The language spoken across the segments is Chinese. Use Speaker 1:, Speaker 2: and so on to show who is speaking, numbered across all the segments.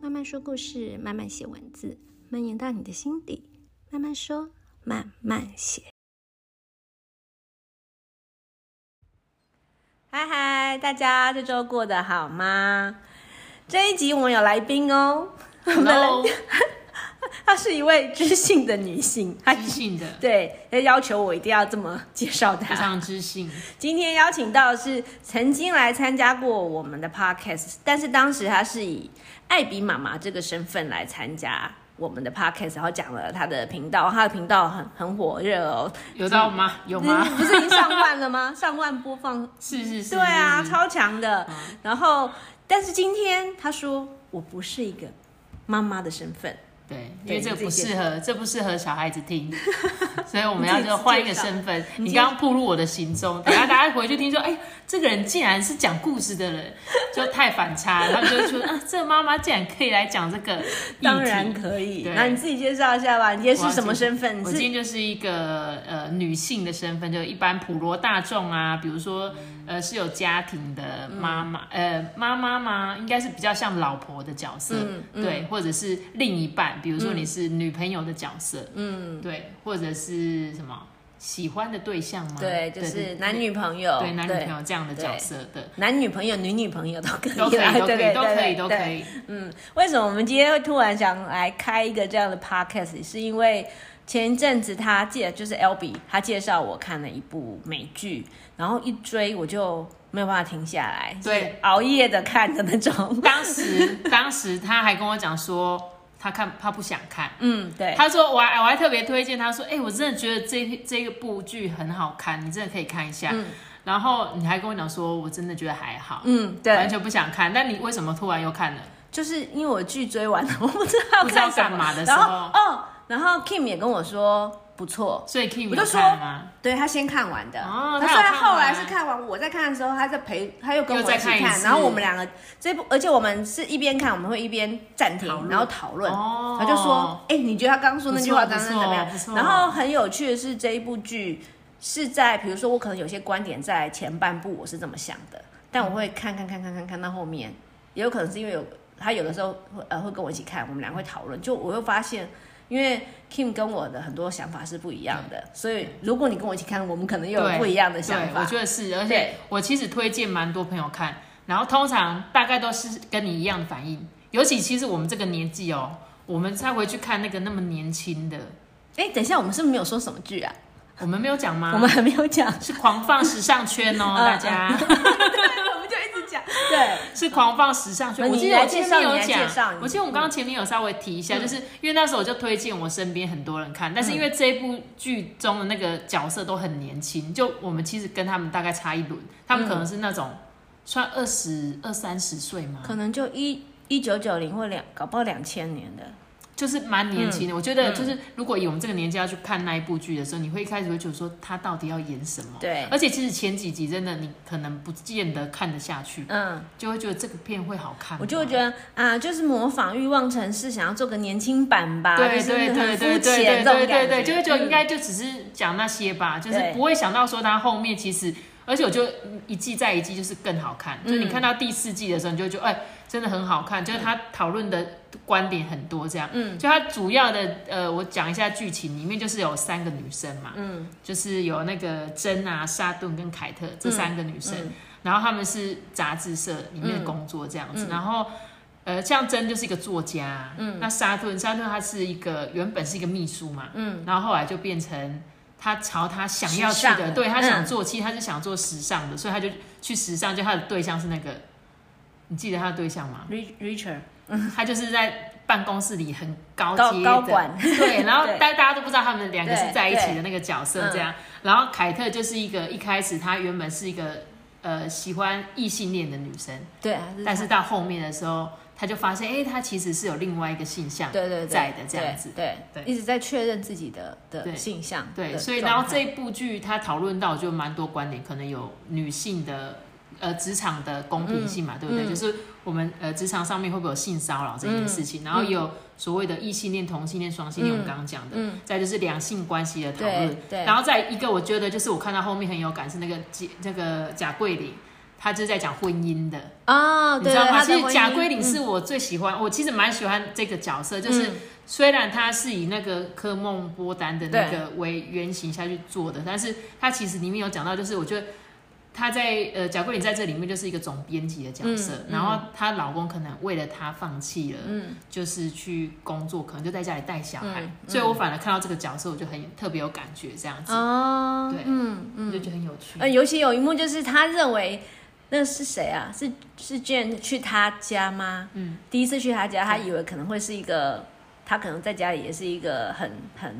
Speaker 1: 慢慢说故事，慢慢写文字，蔓延到你的心底。慢慢说，慢慢写。
Speaker 2: 嗨嗨，大家这周过得好吗？这一集我们有来宾哦，
Speaker 3: Hello，
Speaker 2: 她是一位知性的女性， 她
Speaker 3: 知性的，
Speaker 2: 对，她要求我一定要这么介绍
Speaker 3: 非
Speaker 2: 她。
Speaker 3: 常 知性，
Speaker 2: 今天邀请到的是曾经来参加过我们的 podcast，但是当时她是以艾比妈妈这个身份来参加我们的 podcast，然后讲了她的频道，她的频道很很火热哦，
Speaker 3: 有到吗？有吗？
Speaker 2: 嗯不是已经上万了吗？ 上万播放
Speaker 3: 是是是，嗯
Speaker 2: 对啊，
Speaker 3: 是
Speaker 2: 超强的。然后，但是今天他说我不是一个妈妈的身份，
Speaker 3: 对，因
Speaker 2: 对
Speaker 3: 为这个
Speaker 2: 你
Speaker 3: 不
Speaker 2: 自己
Speaker 3: 适合，这不适合小孩子 听，所以我们
Speaker 2: 你自
Speaker 3: 要
Speaker 2: 己
Speaker 3: 就换一
Speaker 2: 介
Speaker 3: 个
Speaker 2: 绍
Speaker 3: 身份。
Speaker 2: 你
Speaker 3: 你
Speaker 2: 介
Speaker 3: 刚刚暴露我的 行踪，等一下大家回去听说，哎，这个人竟然是讲故事的人，就太反差了，他们就会说，啊，这个妈妈竟然可以来讲这个议题，
Speaker 2: 当然可以。
Speaker 3: 对
Speaker 2: 那你自己介绍一下吧，你今天
Speaker 3: 我
Speaker 2: 是
Speaker 3: 要
Speaker 2: 什么
Speaker 3: 介
Speaker 2: 身份？你
Speaker 3: 我今
Speaker 2: 是
Speaker 3: 天就是一个呃女性的身份，就一般普罗大众啊，比如说呃是有家庭的妈妈，
Speaker 2: 嗯
Speaker 3: 呃妈妈嘛，应该是比较像老婆的角色，
Speaker 2: 嗯
Speaker 3: 对，或者是另一半，比如说你是女朋友的角色，嗯，对，或者是什么喜欢的对象吗？
Speaker 2: 对，就是男女朋友，
Speaker 3: 对男女朋友这样的角色的。
Speaker 2: 男女朋友、女女朋友都可以
Speaker 3: 都可
Speaker 2: 啦，
Speaker 3: 以，都
Speaker 2: 对
Speaker 3: 可
Speaker 2: 对
Speaker 3: 以，都可以，
Speaker 2: 对
Speaker 3: 都
Speaker 2: 对
Speaker 3: 可以。
Speaker 2: 嗯，为什么我们今天会突然想来开一个这样的 podcast？是因为前一阵子他介就是 L B 他介绍我看了一部美剧，然后一追我就没有办法停下来，
Speaker 3: 对，
Speaker 2: 熬夜的看的那 种。
Speaker 3: 当时，当时他还跟我讲说，他看他不想看，
Speaker 2: 嗯，对，
Speaker 3: 他说我还我还特别推荐他说，哎、我真的觉得这这个部剧很好看，你真的可以看一下。然后你还跟我讲说，我真的觉得还好，
Speaker 2: 嗯，
Speaker 3: 完
Speaker 2: 对，
Speaker 3: 全不想看。但你为什么突然又看了？
Speaker 2: 就是因为我剧追完了，我不知道要
Speaker 3: 不知道
Speaker 2: 看什么
Speaker 3: 干嘛的时
Speaker 2: 然
Speaker 3: 候
Speaker 2: 后哦，然后 Kim 也跟我说不错，
Speaker 3: 所以 Kim
Speaker 2: 我就
Speaker 3: 有
Speaker 2: 说
Speaker 3: 看吗？
Speaker 2: 对他先看完的，
Speaker 3: 哦
Speaker 2: 他
Speaker 3: 他
Speaker 2: 虽
Speaker 3: 有
Speaker 2: 然
Speaker 3: 看
Speaker 2: 后来
Speaker 3: 完
Speaker 2: 是看完，我在看的时候，他在陪，他又跟我
Speaker 3: 又
Speaker 2: 一
Speaker 3: 再
Speaker 2: 起
Speaker 3: 看一
Speaker 2: 看，
Speaker 3: 次
Speaker 2: 然后我们两个这部，而且我们是一边看，我们会一边暂停
Speaker 3: 讨，论
Speaker 2: 然后讨论。
Speaker 3: 哦
Speaker 2: 他就说：“哎、你觉得他刚刚说那句话
Speaker 3: 不
Speaker 2: 刚
Speaker 3: 错
Speaker 2: 刚怎么样
Speaker 3: 不？”错
Speaker 2: 然后很有趣的是，这一部剧是在，比如说我可能有些观点在前半部我是这么想的，但我会看看看看看看到后面，也有可能是因为有他有的时候会呃会跟我一起看，我们俩会讨论，就我又发现。因为 Kim 跟我的很多想法是不一样的，所以如果你跟我一起看，我们可能又有
Speaker 3: 对
Speaker 2: 不一样的想
Speaker 3: 对，我
Speaker 2: 法。
Speaker 3: 觉得是，而且
Speaker 2: 对
Speaker 3: 我其实推荐蛮多朋友看，然后通常大概都是跟你一样的反应，尤其其实我们这个年纪哦，我们再回去看那个那么年轻的，
Speaker 2: 哎，等一下，我们是不是没有说什么剧啊？
Speaker 3: 我们没有讲吗？
Speaker 2: 我们还没有讲，
Speaker 3: 是狂放时尚圈哦，
Speaker 2: 嗯
Speaker 3: 大家。
Speaker 2: 我们就一直讲。对，
Speaker 3: 是狂放时尚圈。
Speaker 2: 那
Speaker 3: 我
Speaker 2: 呃你
Speaker 3: 记得
Speaker 2: 来
Speaker 3: 我
Speaker 2: 介
Speaker 3: 前
Speaker 2: 绍
Speaker 3: 面有
Speaker 2: 你来介绍
Speaker 3: 讲
Speaker 2: 你，嗯
Speaker 3: 我记得我们刚刚前面有稍微提一下，就是因为那时候我就推荐我身边很多人看，
Speaker 2: 嗯
Speaker 3: 但是因为这部剧中的那个角色都很年轻，就我们其实跟他们大概差一轮，他们可能是那种算二十二三十岁嘛，
Speaker 2: 可能就一一九九零或两，搞不好两千年的。
Speaker 3: 就是蛮年
Speaker 2: 嗯
Speaker 3: 轻的。我觉得就是如果以我们这个年纪要去看那一部剧的时候，你会一开始会觉得说他到底要演什么？
Speaker 2: 对
Speaker 3: 而且其实前几集真的你可能不见得看得下去，
Speaker 2: 嗯，
Speaker 3: 就会觉得这个片会好看吗。
Speaker 2: 我就会觉得啊，就是模仿《欲望城市》，想要做个年轻版吧，
Speaker 3: 对
Speaker 2: 就是
Speaker 3: 对对
Speaker 2: 很
Speaker 3: 对
Speaker 2: 肤
Speaker 3: 对
Speaker 2: 浅这
Speaker 3: 对
Speaker 2: 种
Speaker 3: 对
Speaker 2: 感觉，
Speaker 3: 对，就会觉得
Speaker 2: 嗯
Speaker 3: 应该就只是讲那些吧，就是
Speaker 2: 对
Speaker 3: 不会想到说它后面其实，而且我就一季再一季就是更好看，就是
Speaker 2: 嗯
Speaker 3: 你看到第四季的时候，你就会觉得哎、真的很好看，就是他讨论的观点很多这样，嗯，就它主要的呃，我讲一下剧情，里面就是有三个女生嘛，嗯，就是有那个珍啊、沙顿跟凯特
Speaker 2: 嗯
Speaker 3: 这三个女生，然后他们是杂志社里面工作这
Speaker 2: 嗯
Speaker 3: 样子，然后。呃，像珍就是一个作家，嗯，那沙顿，沙顿他是一个原本是一个秘书嘛，嗯，然后后来就变成他朝他想要去
Speaker 2: 时
Speaker 3: 的，
Speaker 2: 尚
Speaker 3: 对他想
Speaker 2: 嗯
Speaker 3: 做，其实他是想做时尚的，所以他就去时尚，就他的对象是那个，你记得他的对象吗？
Speaker 2: Ri- Richard
Speaker 3: 他就是在办公室里很高
Speaker 2: 高
Speaker 3: 阶的
Speaker 2: 高管，
Speaker 3: 对，然后
Speaker 2: 对
Speaker 3: 大大家都不知道他们两个是在一起的那个角
Speaker 2: 对嗯
Speaker 3: 色
Speaker 2: 对
Speaker 3: 这样。然后凯特就是一个一开始她原本是一个呃喜欢异性恋的女生，
Speaker 2: 对，还
Speaker 3: 但是到后面的时候，她就发现哎、她其实是有另外一个性向
Speaker 2: 对对对
Speaker 3: 在的这样子。
Speaker 2: 对对，
Speaker 3: 对
Speaker 2: 一直在确认自己的的
Speaker 3: 对
Speaker 2: 性向的状态，
Speaker 3: 对，所以然后这一部剧它讨论到就蛮多观点，可能有女性的呃职场的公平性
Speaker 2: 嗯
Speaker 3: 嘛，对不对？就是我们呃职场上面会不会有性骚扰这
Speaker 2: 嗯
Speaker 3: 件事情，然后有所谓的异性恋、同性恋、双性恋，我们刚刚讲的，再就是两性关系的讨论
Speaker 2: 嗯对，对
Speaker 3: 然后再一个我觉得就是我看到后面很有感是那个贾那个贾桂林。他就是在讲婚姻的，
Speaker 2: 哦，
Speaker 3: 你
Speaker 2: 对
Speaker 3: 知道
Speaker 2: 对，
Speaker 3: 吗？
Speaker 2: 他
Speaker 3: 其
Speaker 2: 的
Speaker 3: 实
Speaker 2: 婚
Speaker 3: 贾
Speaker 2: 姻嗯
Speaker 3: 桂林是我最喜欢，我其实蛮喜欢这个角色，就是虽然他是以那个科梦波丹的那个为原型下去做的，但是他其实里面有讲到，就是我觉得。她在呃，贾桂林在这里面就是一个总编辑的角色，
Speaker 2: 嗯
Speaker 3: 然后她老公可能为了她放弃了，就是去工作，可能就在家里带小
Speaker 2: 嗯
Speaker 3: 孩，所以我反而看到这个角色，我就很特别有感觉，这样子，
Speaker 2: 哦，
Speaker 3: 对
Speaker 2: 嗯嗯，
Speaker 3: 我就觉得很有趣。
Speaker 2: 呃，尤其有一幕就是他认为那是谁啊？是是 Jane 去他家吗？嗯，第一次去他家，他以为可能会是一个，他可能在家里也是一个很很。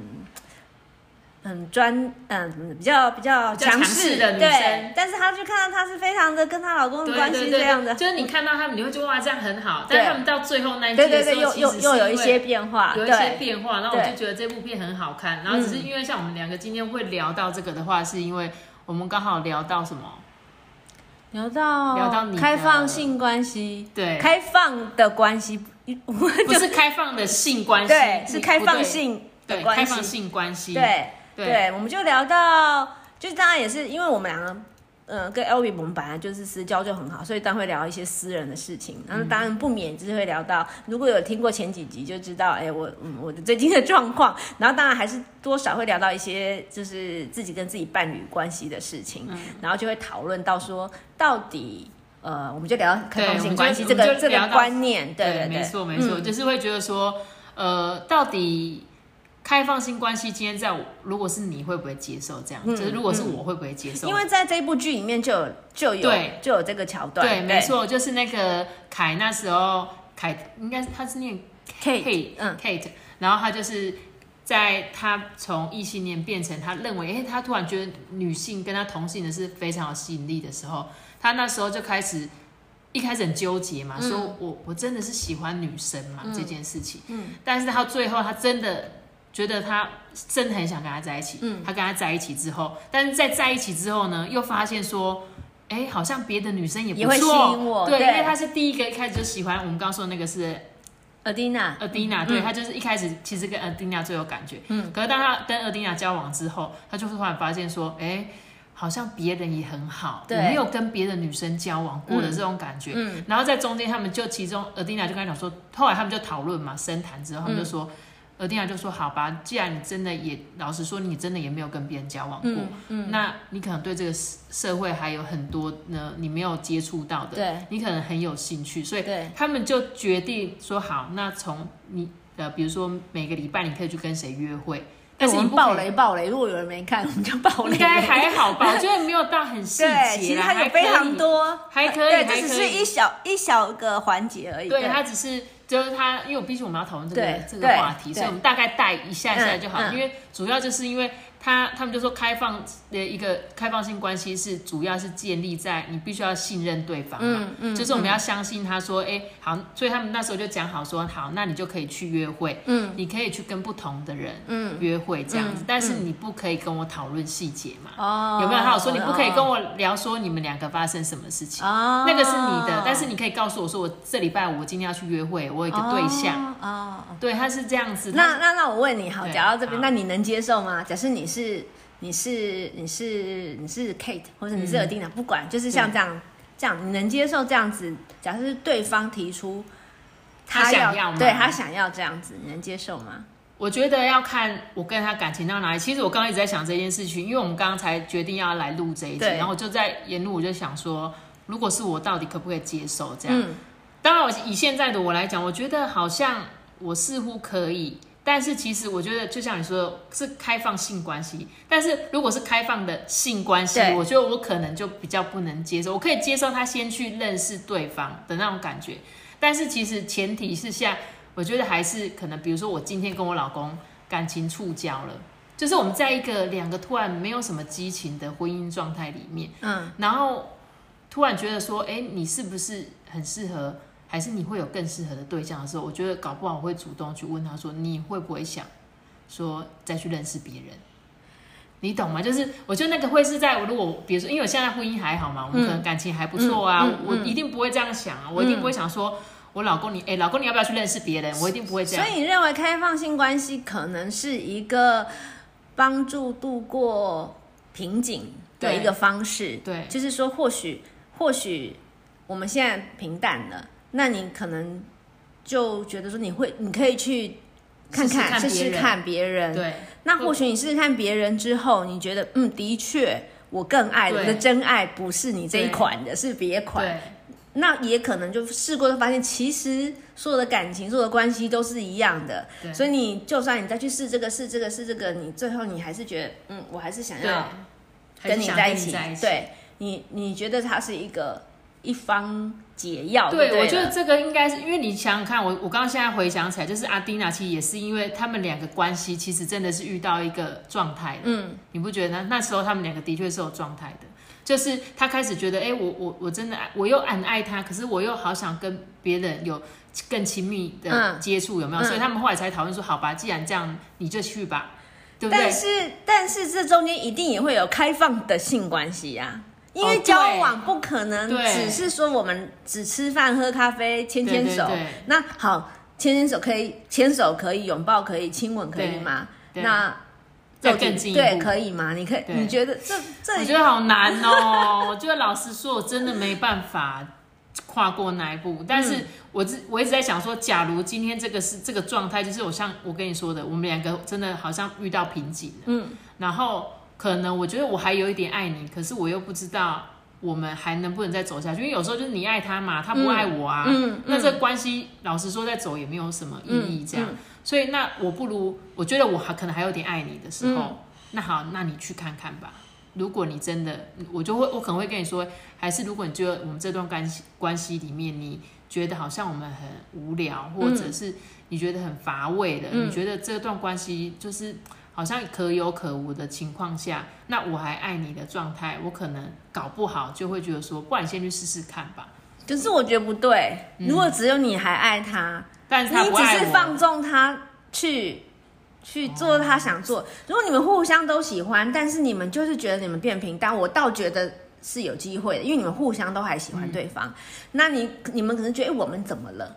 Speaker 2: 很专，嗯，怎么比较比较
Speaker 3: 比较强势的女生
Speaker 2: 对，但是她就看到她是非常的跟她老公的
Speaker 3: 对
Speaker 2: 关
Speaker 3: 对
Speaker 2: 系
Speaker 3: 对
Speaker 2: 这样的，
Speaker 3: 就是你看到他们，你会觉得哇，这样很好。
Speaker 2: 对
Speaker 3: 但他们到最后那一季
Speaker 2: 对对
Speaker 3: 的时
Speaker 2: 对，又
Speaker 3: 候，其实
Speaker 2: 又
Speaker 3: 是
Speaker 2: 又有一
Speaker 3: 因为
Speaker 2: 些变化，
Speaker 3: 有一些
Speaker 2: 对
Speaker 3: 变化，然后我就
Speaker 2: 对嗯
Speaker 3: 觉得这部片很好看。然后只是因为像我们两个今天会聊到这个的话，是因为我们刚好聊到什么？
Speaker 2: 聊到
Speaker 3: 聊到你的
Speaker 2: 开放性关系，
Speaker 3: 对，
Speaker 2: 开放的关系，我
Speaker 3: 不是开放的性关系，
Speaker 2: 对，
Speaker 3: 你
Speaker 2: 是开
Speaker 3: 不
Speaker 2: 放
Speaker 3: 对
Speaker 2: 性的
Speaker 3: 对
Speaker 2: 关系，
Speaker 3: 开放性关系，
Speaker 2: 对
Speaker 3: 对
Speaker 2: 我们就聊到，就是当然也是因为我们两个，呃，跟 L B 我们本来就是私交就很好，所以当然会聊一些私人的事情，然后当然不免就是会聊到，如果有听过前几集就知道，哎，我嗯我的最近的状况， 然后当然还是多少会聊到一些就是自己跟自己伴侣关系的事情，
Speaker 3: 嗯
Speaker 2: 然后就会讨论到说到底。呃，我们就聊开放
Speaker 3: 对我
Speaker 2: 性
Speaker 3: 们
Speaker 2: 关
Speaker 3: 就
Speaker 2: 系
Speaker 3: 我
Speaker 2: 这
Speaker 3: 们
Speaker 2: 个
Speaker 3: 就
Speaker 2: 这
Speaker 3: 聊
Speaker 2: 个
Speaker 3: 到
Speaker 2: 观念，对对，
Speaker 3: 没错没错，
Speaker 2: 嗯
Speaker 3: 就是会觉得说，呃，到底开放性关系今天在我，如果是你会不会接受这样？就是如果是我会不会接受？
Speaker 2: 嗯因为在这部剧里面就有就有
Speaker 3: 对
Speaker 2: 就有这个桥段，
Speaker 3: 对，没错，就是那个凯那时候凯应该是他是念
Speaker 2: Kate，嗯
Speaker 3: Kate，然后他就是在他从异性恋变成他认为，哎、他突然觉得女性跟他同性的是非常有吸引力的时候，他那时候就开始。一开始很纠结
Speaker 2: 嗯
Speaker 3: 嘛，说我我真的是喜欢女生嘛、这件事情，嗯，但是到最后他真的觉得他真的很想跟他在一起，嗯，他跟他在一起之后，但是在在一起之后呢，又发现说，哎、好像别的女生也不
Speaker 2: 也会吸
Speaker 3: 错
Speaker 2: 引我
Speaker 3: 对，
Speaker 2: 对
Speaker 3: 因为他是第一个一开始就喜欢，我们刚刚说的那个是
Speaker 2: 阿蒂娜，
Speaker 3: Adina，对、他就是一开始其实跟 Adina 最有感觉，嗯，可是当他跟 Adina 交往之后，他就突然发现说，哎、好像别人也很好，我
Speaker 2: 对
Speaker 3: 没有跟别的女生交往过的这种感觉，嗯，然后在中间他们就其中 Adina 就跟他讲说，后来他们就讨论嘛，深谈之后他们就说。尔丁亚就说：“好吧，既然你真的也老实说，你真的也没有跟别人交往过，那你可能对这个社社会还有很多呢，你没有接触到的，
Speaker 2: 对
Speaker 3: 你可能很有兴趣，所以
Speaker 2: 对
Speaker 3: 他们就决定说好，那从你呃，比如说每个礼拜你可以去跟谁约会，但是
Speaker 2: 我
Speaker 3: 你
Speaker 2: 们
Speaker 3: 不可以
Speaker 2: 爆雷爆雷，如果有人没看，我们就爆雷。
Speaker 3: 应该还好吧？我觉得没有到很细节啦，
Speaker 2: 对，其实它
Speaker 3: 还
Speaker 2: 有
Speaker 3: 可以
Speaker 2: 非常，多，
Speaker 3: 还可以
Speaker 2: 对，
Speaker 3: 还
Speaker 2: 这只
Speaker 3: 可
Speaker 2: 是
Speaker 3: 以
Speaker 2: 一小一小个环节而已。
Speaker 3: 对他只是就是他，因为我毕竟我们要讨论这个
Speaker 2: 对
Speaker 3: 这个
Speaker 2: 对
Speaker 3: 话题，所
Speaker 2: 对
Speaker 3: 以我们大概带一下下就好，
Speaker 2: 嗯嗯
Speaker 3: 因为主要就是因为他他们就说开放的一个开放性关系是主要是建立在你必须要信任对方嘛，
Speaker 2: 嗯嗯
Speaker 3: 就是我们要相信他说，哎、好，所以他们那时候就讲好说，好，那你就可以去约会，嗯，你可以去跟不同的人，嗯，约会这样子，但是你不可以跟我讨论细节嘛，
Speaker 2: 嗯哦
Speaker 3: 有没有？他有说你不可以跟
Speaker 2: 我
Speaker 3: 我聊说你们两个发生什么事情，
Speaker 2: 哦，
Speaker 3: 那个是你的，但是你可以告诉我说，我这礼拜我今天要去约会，我有一个对象，
Speaker 2: 哦哦。哦
Speaker 3: 对，他是这样子。
Speaker 2: 那那那我问你，好，
Speaker 3: 对
Speaker 2: 讲到这边，
Speaker 3: 好
Speaker 2: 那你能接受吗？假设你是你是你是你是 Kate 或者你
Speaker 3: 嗯
Speaker 2: 是尔丁娜，不管，就是像这样这样，你能接受这样子？假设是对方提出
Speaker 3: 他想要吗
Speaker 2: 对他想要这样子，你能接受吗？
Speaker 3: 我觉得要看我跟他感情到哪里。其实我刚刚一直在想这件事情，因为我们刚刚才决定要来录这一集，
Speaker 2: 对
Speaker 3: 然后我就在沿路我就想说，如果是我，到底可不可以接受这样？
Speaker 2: 嗯，
Speaker 3: 当然，我以现在的我来讲，我觉得好像我似乎可以，但是其实我觉得，就像你说的，是开放性关系。但是如果是开放的性关系
Speaker 2: 对，
Speaker 3: 我觉得我可能就比较不能接受。我可以接受他先去认识对方的那种感觉，但是其实前提是下，我觉得还是可能，比如说我今天跟我老公感情触礁了。就是我们在一个两个突然没有什么激情的婚姻状态里面，
Speaker 2: 嗯，
Speaker 3: 然后突然觉得说，哎，你是不是很适合，还是你会有更适合的对象的时候，我觉得搞不好我会主动去问他说，你会不会想说再去认识别人？你懂吗？就是我觉得那个会是在我如果比如说，因为我现在婚姻还好嘛，我们可能感情还不错啊，
Speaker 2: 嗯
Speaker 3: 我一定不会这样想啊，我一定不会想说。我老公你，哎、老公你要不要去认识别人？我一定不会这
Speaker 2: 所
Speaker 3: 样。
Speaker 2: 以你认为开放性关系可能是一个帮助度过瓶颈的
Speaker 3: 对
Speaker 2: 一个方式？
Speaker 3: 对
Speaker 2: 就是说或许。或许我们现在平淡了，那你可能就觉得说你会，你可以去看看
Speaker 3: 试
Speaker 2: 试
Speaker 3: 试看别人
Speaker 2: 试看别人。
Speaker 3: 对，
Speaker 2: 那或许你试试看别人之后，你觉得嗯，的确我更爱的
Speaker 3: 对
Speaker 2: 我的真爱不是你这一款的，是别款。
Speaker 3: 对，
Speaker 2: 那也可能就试过，就发现其实所有的感情、所有的关系都是一样的。
Speaker 3: 对
Speaker 2: 所以你就算你再去试这个、试这个、试这个，你最后你还是觉得嗯，我还是想
Speaker 3: 对，
Speaker 2: 要
Speaker 3: 还是
Speaker 2: 跟你
Speaker 3: 想
Speaker 2: 在一
Speaker 3: 跟
Speaker 2: 起。
Speaker 3: 在一起，
Speaker 2: 对你，你觉得它是一个一方解药？
Speaker 3: 对，
Speaker 2: 对了，
Speaker 3: 我觉得这个应该是因为你想想看，我我刚刚现在回想起来，就是阿丁娜其实也是因为他们两个关系其实真的是遇到一个状态的，嗯，你不觉得呢？那时候他们两个的确是有状态的，就是他开始觉得，哎、我我我真的爱我又很爱他，可是我又好想跟别人有更亲密的
Speaker 2: 嗯
Speaker 3: 接触，有没有？所以他们后来才讨论说，好吧，既然这样，你就去吧，对不对
Speaker 2: 但？是但是这中间一定也会有开放的性关系呀、因
Speaker 3: 哦
Speaker 2: 为
Speaker 3: 对
Speaker 2: 交往不可能
Speaker 3: 对
Speaker 2: 只是说我们只吃饭喝咖啡牵牵手
Speaker 3: 对对对，
Speaker 2: 那好牵牵手可以牵手可以拥抱可以亲吻可以吗？
Speaker 3: 对
Speaker 2: 那
Speaker 3: 再
Speaker 2: 肉体
Speaker 3: 更进一步
Speaker 2: 对可以吗？你可以
Speaker 3: 对
Speaker 2: 你觉得这这
Speaker 3: 我觉得好难哦、 我觉得老实说，我真的没办法跨过那一步。但
Speaker 2: 嗯
Speaker 3: 是我自我一直在想说，假如今天这个是这个状态，就是我像我跟你说的，我们两个真的好像遇到瓶颈了。嗯，然后可能我觉得我还有一点爱你，可是我又不知道。我们还能不能再走下去？因为有时候就是你爱他嘛，他不爱我 啊。
Speaker 2: 嗯嗯嗯
Speaker 3: 那这个关系，老实说，再走也没有什么意义。这样，所以那我不如，我觉得我还可能还有点爱你的时候，
Speaker 2: 嗯
Speaker 3: 那好，那你去看看吧。如果你真的，我就会，我可能会跟你说，还是如果你觉得我们这段关系关系里面，你觉得好像我们很无聊，或者
Speaker 2: 嗯
Speaker 3: 是你觉得很乏味的，你觉得这段关系就是好像可有可无的情况下，那我还爱你的状态，我可能搞不好就会觉得说，不然先去试试看吧。
Speaker 2: 可是我觉得不对，
Speaker 3: 嗯
Speaker 2: 如果只有你还爱他，
Speaker 3: 但是他
Speaker 2: 你
Speaker 3: 不
Speaker 2: 只
Speaker 3: 爱
Speaker 2: 是
Speaker 3: 我，
Speaker 2: 放纵他去去做他想做。如果你们互相都喜欢，但是你们就是觉得你们变平淡，我倒觉得是有机会的，因为你们互相都还喜欢对方。那你你们可能觉得、哎诶我们怎么了？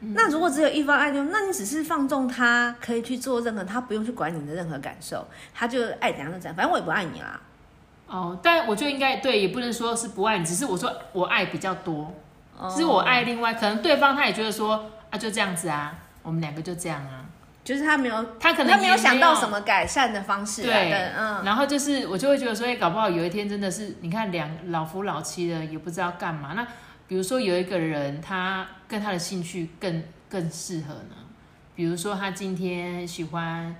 Speaker 2: 那如果只有一方爱就，那你只是放纵他可以去做任何，他不用去管你的任何感受，他就爱怎样就怎样，反正我也不爱你啦。
Speaker 3: 哦，但我就应该对，也不能说是不爱你，只是我说我爱比较多，
Speaker 2: 哦
Speaker 3: 只是我爱另外，可能对方他也觉得说啊就这样子啊，我们两个就这样啊，
Speaker 2: 就是他没有，
Speaker 3: 他可能
Speaker 2: 他没有
Speaker 3: 也
Speaker 2: 想到什么改善的方式、啊。
Speaker 3: 对，
Speaker 2: 嗯，
Speaker 3: 然后就是我就会觉得说，哎、搞不好有一天真的是，你看两老夫老妻了，也不知道干嘛。那比如说有一个人，他跟他的兴趣更更适合呢，比如说他今天喜欢。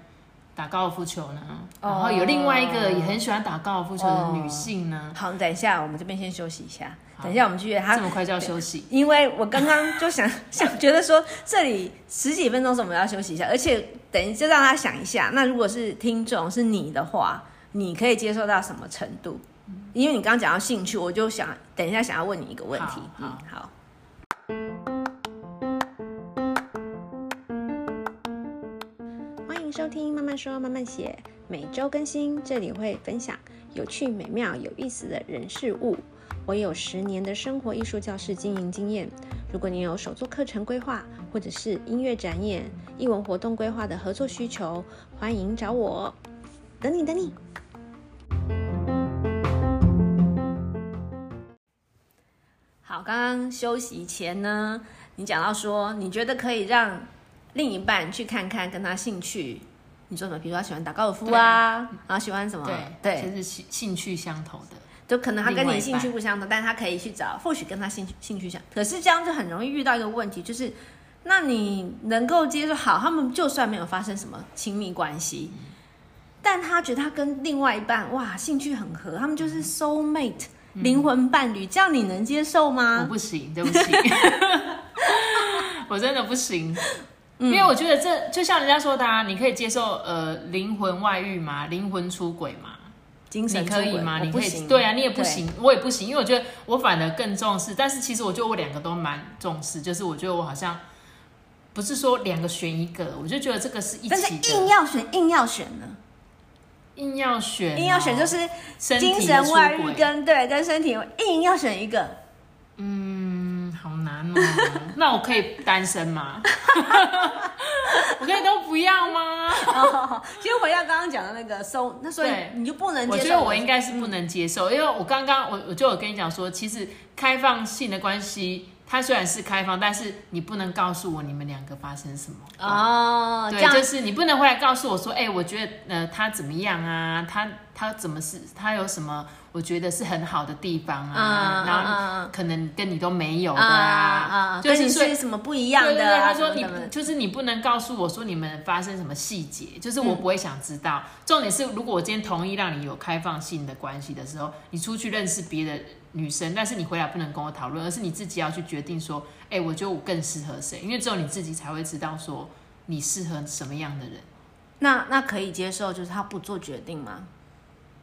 Speaker 3: 打高尔夫球呢，然后有另外一个也很喜欢打高尔夫球
Speaker 2: 哦
Speaker 3: 的女性呢，
Speaker 2: 好，等一下，我们这边先休息一下。等一下，我们去约他
Speaker 3: 这么快就要休息，
Speaker 2: 因为我刚刚就想 想觉得说，这里十几分钟是我们要休息一下，而且等于就让他想一下。那如果是听众是你的话，你可以接受到什么程度？因为你刚刚讲到兴趣，我就想等一下想要问你一个问题。
Speaker 3: 好好
Speaker 2: 嗯，好。
Speaker 1: 欢迎收听《慢慢说，慢慢写》，每周更新，这里会分享有趣、美妙、有意思的人事物。我有十年的生活艺术教室经营经验。如果你有手作课程规划，或者是音乐展演、艺文活动规划的合作需求，欢迎找我，等你等你。
Speaker 2: 好，刚刚休息前呢，你讲到说，你觉得可以让另一半去看看跟他兴趣，你说什么？比如说他喜欢打高尔夫啊，然后喜欢什么？
Speaker 3: 对，就是兴兴趣相投的，
Speaker 2: 就可能他跟
Speaker 3: 另外
Speaker 2: 你
Speaker 3: 一
Speaker 2: 兴趣
Speaker 3: 半
Speaker 2: 不相同，但他可以去找或许跟他兴趣兴趣相，可是这样就很容易遇到一个问题，就是那你能够接受好，他们就算没有发生什么亲密关系，但他觉得他跟另外一半哇兴趣很合，他们
Speaker 3: 嗯
Speaker 2: 就是 soul mate 灵魂伴侣，这样你能接受
Speaker 3: 我
Speaker 2: 吗？
Speaker 3: 不行，对不起， 我真的不行，
Speaker 2: 嗯
Speaker 3: 因为我觉得这就像人家说的、啊，你可以接受呃灵魂外遇吗？灵魂出轨吗？
Speaker 2: 精
Speaker 3: 你
Speaker 2: 神
Speaker 3: 可
Speaker 2: 出
Speaker 3: 以
Speaker 2: 轨
Speaker 3: 吗？
Speaker 2: 我
Speaker 3: 你
Speaker 2: 不
Speaker 3: 可以，
Speaker 2: 行，
Speaker 3: 对啊，你也不行，我也不行，因为我觉得我反而更重视，但是其实我觉得我两个都蛮重视，就是我觉得我好像不是说两个选一个，我就觉得这个是一
Speaker 2: 对，但是
Speaker 3: 起
Speaker 2: 硬
Speaker 3: 的，
Speaker 2: 要选，硬要选呢，
Speaker 3: 硬要选哦，
Speaker 2: 硬要选就是
Speaker 3: 身体
Speaker 2: 精
Speaker 3: 的
Speaker 2: 神外
Speaker 3: 出
Speaker 2: 遇
Speaker 3: 轨
Speaker 2: 跟对跟身体，硬要选一个，
Speaker 3: 嗯，好难哦，那我可以单身吗？ 我可以都不要吗？
Speaker 2: 其实回到刚刚讲的那个收，那所以
Speaker 3: 对
Speaker 2: 你就不能
Speaker 3: 我
Speaker 2: 接
Speaker 3: 觉
Speaker 2: 受
Speaker 3: 得我应该是不能接受，因为我刚刚我我就有跟你讲说，其实开放性的关系，它虽然是开放，但是你不能告诉我你们两个发生什么。
Speaker 2: 哦，这
Speaker 3: 嗯对，
Speaker 2: 样
Speaker 3: 就是你不能回来告诉我说，哎、我觉得呃他怎么样啊，他他怎么是，他有什么我觉得是很好的地方啊，
Speaker 2: 嗯嗯
Speaker 3: 然
Speaker 2: 嗯
Speaker 3: 后可能跟你都没有的
Speaker 2: 啊啊，
Speaker 3: 就
Speaker 2: 跟
Speaker 3: 是
Speaker 2: 你
Speaker 3: 所以
Speaker 2: 是什么不一样的嗯
Speaker 3: 对对对，
Speaker 2: 啊？
Speaker 3: 他说
Speaker 2: 什么
Speaker 3: 你
Speaker 2: 什么
Speaker 3: 不就是你不能告诉我说你们发生什么细节，就是我不会想知道。重点是，如果我今天同意让你有开放性的关系的时候，你出去认识别的女生，但是你回来不能跟我讨论，而是你自己要去决定说，哎、我觉得我更适合谁，因为只有你自己才会知道说你适合什么样的人。
Speaker 2: 那那可以接受，就是他不做决定吗？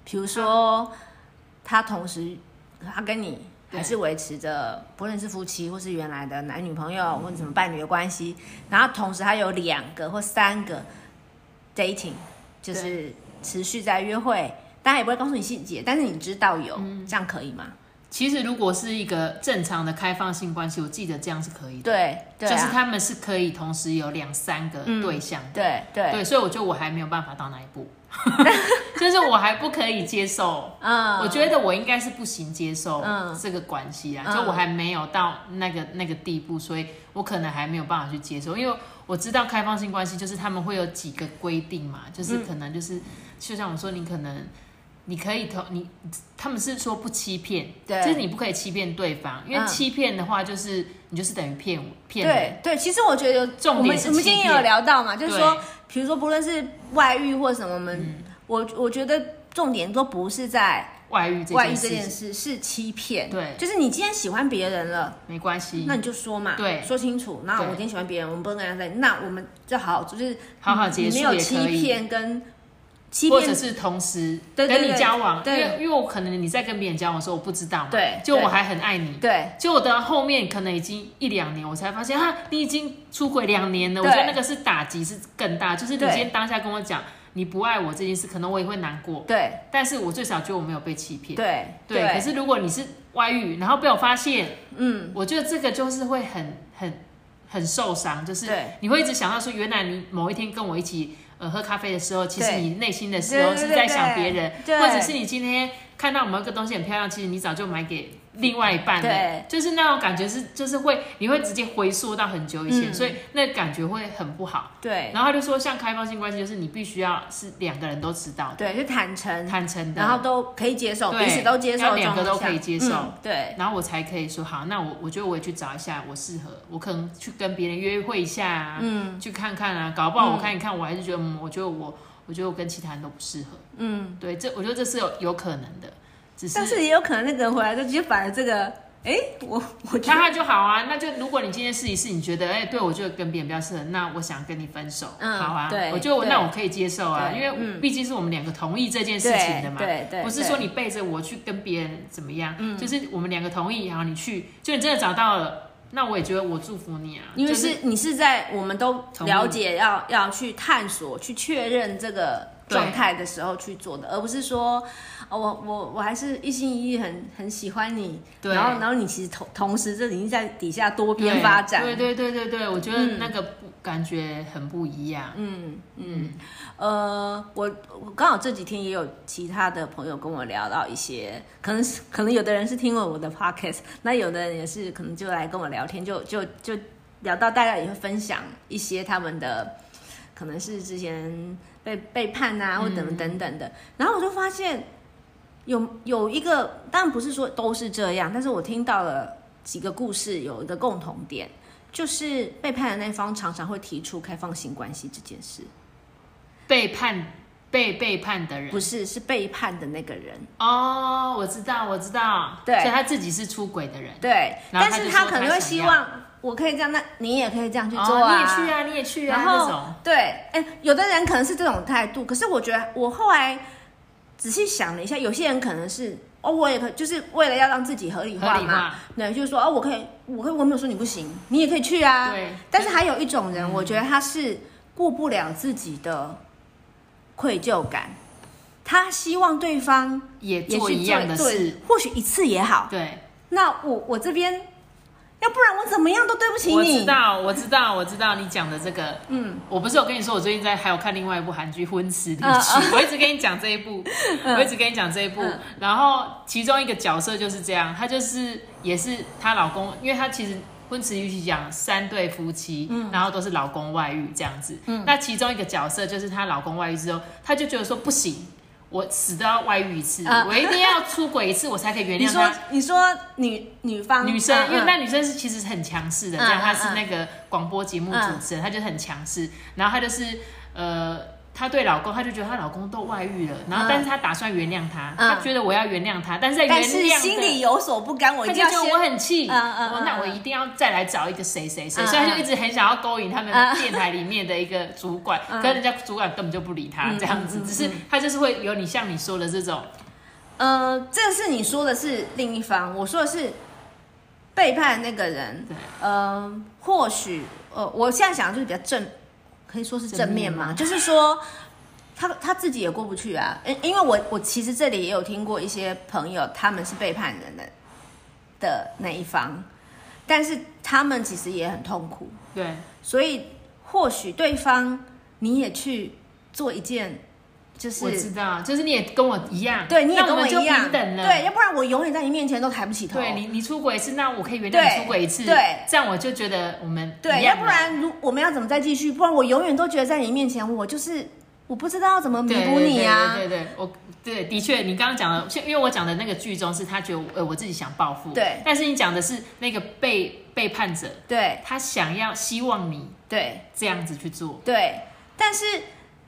Speaker 2: 比如说，他同时他跟你
Speaker 3: 啊对
Speaker 2: 还是维持着，不论是夫妻或是原来的男女朋
Speaker 3: 嗯
Speaker 2: 友或者什么伴侣的关系，然后同时他有两个或三个 dating，就是持续在约会，当然也不会告诉你细节，但是你知道有，
Speaker 3: 嗯
Speaker 2: 这样可以吗？
Speaker 3: 其实，如果是一个正常的开放性关系，我记得这样是可以的，
Speaker 2: 对，对、啊，
Speaker 3: 就是他们是可以同时有两三个对象的。
Speaker 2: 嗯对对，
Speaker 3: 对，所以我觉得我还没有办法到那一 步， 就是我还不可以接受。
Speaker 2: 嗯，
Speaker 3: 我觉得我应该是不行接受
Speaker 2: 嗯
Speaker 3: 这个关系啊，
Speaker 2: 嗯
Speaker 3: 就我还没有到那个那个地步，所以我可能还没有办法去接受，因为我知道开放性关系就是他们会有几个规定嘛，就是
Speaker 2: 嗯
Speaker 3: 可能就是、就像我说，你可能你可以投你，他们是说不欺骗，
Speaker 2: 对
Speaker 3: 就是你不可以欺骗对方，因为
Speaker 2: 嗯
Speaker 3: 欺骗的话就是、你就是等于骗我骗人，
Speaker 2: 对对，其实我觉得有
Speaker 3: 重
Speaker 2: 我们
Speaker 3: 点是
Speaker 2: 我们
Speaker 3: 欺
Speaker 2: 今天也
Speaker 3: 骗
Speaker 2: 有聊到嘛，就是说
Speaker 3: 对，
Speaker 2: 比如说不论是外遇或什么，我们、我我觉得重点都不是在
Speaker 3: 外遇这
Speaker 2: 外遇
Speaker 3: 件
Speaker 2: 这
Speaker 3: 事
Speaker 2: 件
Speaker 3: 情
Speaker 2: 事，是欺骗。
Speaker 3: 对
Speaker 2: 就是你今天喜欢别人了，
Speaker 3: 没关系，
Speaker 2: 那你就说嘛，
Speaker 3: 对
Speaker 2: 说清楚。那我
Speaker 3: 对
Speaker 2: 今天喜欢别人，我们不能跟他在，那我们就好好就是
Speaker 3: 好好
Speaker 2: 你
Speaker 3: 结束
Speaker 2: 没
Speaker 3: 也
Speaker 2: 有
Speaker 3: 可
Speaker 2: 欺
Speaker 3: 以
Speaker 2: 骗跟欺
Speaker 3: 或者
Speaker 2: 骗。
Speaker 3: 是同时
Speaker 2: 对
Speaker 3: 跟
Speaker 2: 对
Speaker 3: 你
Speaker 2: 对
Speaker 3: 交往，因
Speaker 2: 对
Speaker 3: 为因为我可能你在跟别人交往的时候我不知道嘛，
Speaker 2: 对
Speaker 3: 就
Speaker 2: 对
Speaker 3: 我还很爱你，
Speaker 2: 对，
Speaker 3: 就我到后面可能已经一两年，我才发现哈，你已经出轨两年了，我
Speaker 2: 对
Speaker 3: 觉得那个是打击是更大，就是你
Speaker 2: 对
Speaker 3: 今天当下跟我讲你不爱我这件事，可能我也会难过，
Speaker 2: 对，
Speaker 3: 但是我最少觉得我没有被欺骗，
Speaker 2: 对，
Speaker 3: 对，可是如果你是外遇，然后被我发现，
Speaker 2: 嗯，
Speaker 3: 我觉得这个就是会很很很受伤，就是
Speaker 2: 对
Speaker 3: 你会一直想到说，原来你某一天跟我一起呃喝咖啡的时候，其实
Speaker 2: 对
Speaker 3: 你内心的时候
Speaker 2: 对对
Speaker 3: 是
Speaker 2: 对
Speaker 3: 在想别人，
Speaker 2: 对
Speaker 3: 或者是你今天看到某一个东西很漂亮，其实你早就买给另外一半
Speaker 2: 对
Speaker 3: 了，就是那种感觉是就是会你会直接回溯到很久以前，
Speaker 2: 嗯
Speaker 3: 所以那感觉会很不好。
Speaker 2: 对，
Speaker 3: 然后他就说，像开放性关系，就是你必须要是两个人都知道的，
Speaker 2: 对，就坦诚，
Speaker 3: 坦诚的，
Speaker 2: 然后都可以接受，
Speaker 3: 嗯对
Speaker 2: 彼此都接受
Speaker 3: 要
Speaker 2: 的状
Speaker 3: 两
Speaker 2: 况下，
Speaker 3: 个都可以接受
Speaker 2: 嗯对，
Speaker 3: 然后我才可以说好，那我我觉得我也去找一下我适合，我可能去跟别人约会一下啊，嗯，去看看啊，搞不好我看一看，我还是觉得，嗯，我觉得我，我觉得我跟其他人都不适合，嗯，对，这我觉得这是有有可能的，只是
Speaker 2: 但是也有可能那个人回来就直接把这个，哎，我 我觉得
Speaker 3: 那他就好啊，那就如果你今天试一试，你觉得哎、对我就跟别人比较适合，那我想跟你分手，
Speaker 2: 嗯
Speaker 3: 好啊，
Speaker 2: 对
Speaker 3: 我就
Speaker 2: 对
Speaker 3: 那我可以接受啊，
Speaker 2: 对嗯
Speaker 3: 因为毕竟是我们两个同意这件事情的嘛，
Speaker 2: 对对嗯对
Speaker 3: 不是说你背着我去跟别人怎么样，就是我们两个同意，然后你去，就你真的找到了，那我也觉得我祝福你啊，
Speaker 2: 因为
Speaker 3: 就是
Speaker 2: 你是在我们都了解要要去探索、去确认这个
Speaker 3: 对
Speaker 2: 状态的时候去做的，而不是说，哦、我我我还是一心一意很很喜欢你，
Speaker 3: 对
Speaker 2: 然后然后你其实同同时这已经在底下多边发展，嗯
Speaker 3: 对对对对对，我觉得那个不、感觉很不一样，
Speaker 2: 呃，我我刚好这几天也有其他的朋友跟我聊到一些，可能是可能有的人是听了我的 podcast，那有的人也是可能就来跟我聊天，就就就聊到大家也会分享一些他们的，可能是之前被背叛啊，或等等等的，然后我就发现有有一个，当然不是说都是这样，但是我听到了几个故事有一个共同点，就是背叛的那方常常会提出开放性关系这件事。
Speaker 3: 背叛被背叛的人
Speaker 2: 不是，是背叛的那个人。
Speaker 3: 哦，我知道我知道，
Speaker 2: 对
Speaker 3: 所以他自己是出轨的人。
Speaker 2: 对，
Speaker 3: 然后
Speaker 2: 但
Speaker 3: 他
Speaker 2: 是
Speaker 3: 就
Speaker 2: 他
Speaker 3: 说
Speaker 2: 可能
Speaker 3: 他
Speaker 2: 会
Speaker 3: 想
Speaker 2: 希
Speaker 3: 要
Speaker 2: 望我可以这样，那你也可以这样去做啊。
Speaker 3: 哦、你也去啊，你也去啊，
Speaker 2: 然
Speaker 3: 那
Speaker 2: 后
Speaker 3: 种
Speaker 2: 对，哎，有的人可能是这种态度，可是我觉得我后来仔细想了一下，有些人可能是哦，我也可就是为了要让自己合理化
Speaker 3: 合理
Speaker 2: 嘛
Speaker 3: 化，
Speaker 2: 对，就是说哦，我可以，我可以，我没有说你不行，你也可以去啊。
Speaker 3: 对
Speaker 2: 但是还有一种人，我觉得他是过不了自己的愧疚感，他希望对方
Speaker 3: 也
Speaker 2: 也
Speaker 3: 做
Speaker 2: 去
Speaker 3: 一样的
Speaker 2: 做
Speaker 3: 事，，
Speaker 2: 或许一次也好。
Speaker 3: 对
Speaker 2: 那我我这边，哎、要不然我怎么样都对不起
Speaker 3: 我
Speaker 2: 你。
Speaker 3: 知道，我知道，我知道你讲的这个，嗯，我不是有跟你说，我最近在还有看另外一部韩剧《婚词离曲》，
Speaker 2: 啊
Speaker 3: 我一直跟你讲这一 部，
Speaker 2: 嗯
Speaker 3: 我一直跟你讲这一部。然后其中一个角色就是这样，她就是也是她老公，因为她其实《婚词离曲》讲三对夫妻，
Speaker 2: 嗯
Speaker 3: 然后都是老公外遇这样子。那其中一个角色就是她老公外遇之后，她就觉得说不行。我死都要外遇一次，
Speaker 2: 嗯
Speaker 3: 我一定要出轨一次，我才可以原
Speaker 2: 你
Speaker 3: 谅
Speaker 2: 说
Speaker 3: 他。
Speaker 2: 你说女女方
Speaker 3: 女生，
Speaker 2: 嗯
Speaker 3: 啊因为
Speaker 2: 嗯
Speaker 3: 那女生是其实很强势的，
Speaker 2: 嗯
Speaker 3: 这样她
Speaker 2: 嗯
Speaker 3: 是那个广播节目主持人，她就很强势，然后她就是呃，她对老公，她就觉得她老公都外遇了，然后
Speaker 2: 嗯
Speaker 3: 但是她打算原谅他，
Speaker 2: 嗯
Speaker 3: 她觉得我要原谅他，但是在原
Speaker 2: 但是
Speaker 3: 谅
Speaker 2: 心里
Speaker 3: 的。
Speaker 2: 有所不甘，我
Speaker 3: 她
Speaker 2: 一
Speaker 3: 就
Speaker 2: 定要
Speaker 3: 觉得
Speaker 2: 先
Speaker 3: 我很气，
Speaker 2: 嗯嗯
Speaker 3: 我
Speaker 2: 嗯
Speaker 3: 那我
Speaker 2: 嗯
Speaker 3: 一定要再来找一个谁谁谁，
Speaker 2: 嗯
Speaker 3: 所以她就
Speaker 2: 嗯
Speaker 3: 一直很想要勾引他们
Speaker 2: 嗯
Speaker 3: 电台里面的一个主管，可是人家主管根本就不理
Speaker 2: 嗯
Speaker 3: 她这样子，只是她就是会有你像你说的这种，
Speaker 2: 呃，这是你说的是另一方，我说的是背叛那个人。
Speaker 3: 对，
Speaker 2: 呃，或许呃，我现在想的就是比较正，可以说是正面嘛，
Speaker 3: 正面吗
Speaker 2: 就是说他他自己也过不去啊。因因为我我其实这里也有听过一些朋友，他们是背叛人的的那一方，但是他们其实也很痛苦，
Speaker 3: 对，
Speaker 2: 所以或许对方你也去做一件。就
Speaker 3: 我
Speaker 2: 是
Speaker 3: 知道，就是你也跟我一样，
Speaker 2: 对，你也
Speaker 3: 那
Speaker 2: 跟
Speaker 3: 我们就
Speaker 2: 一样，
Speaker 3: 平等了，
Speaker 2: 对，要不然我永远在你面前都抬不起头。
Speaker 3: 对你，你出轨一次，那我可以原
Speaker 2: 对
Speaker 3: 谅你出轨一次，
Speaker 2: 对
Speaker 3: 这样我就觉得我们
Speaker 2: 对，
Speaker 3: 一
Speaker 2: 要
Speaker 3: 样啊
Speaker 2: 不
Speaker 3: 了
Speaker 2: 然如我们要怎么再继续？不然我永远都觉得在你面前，我就是我不知道怎么弥
Speaker 3: 对
Speaker 2: 补你啊。
Speaker 3: 对对对对对我对，的确，你刚刚讲的，因为我讲的那个剧中是他觉得呃我自己想报复，
Speaker 2: 对
Speaker 3: 但是你讲的是那个被背叛者，
Speaker 2: 对
Speaker 3: 他想要希望你
Speaker 2: 对
Speaker 3: 这样子去做。
Speaker 2: 对，但是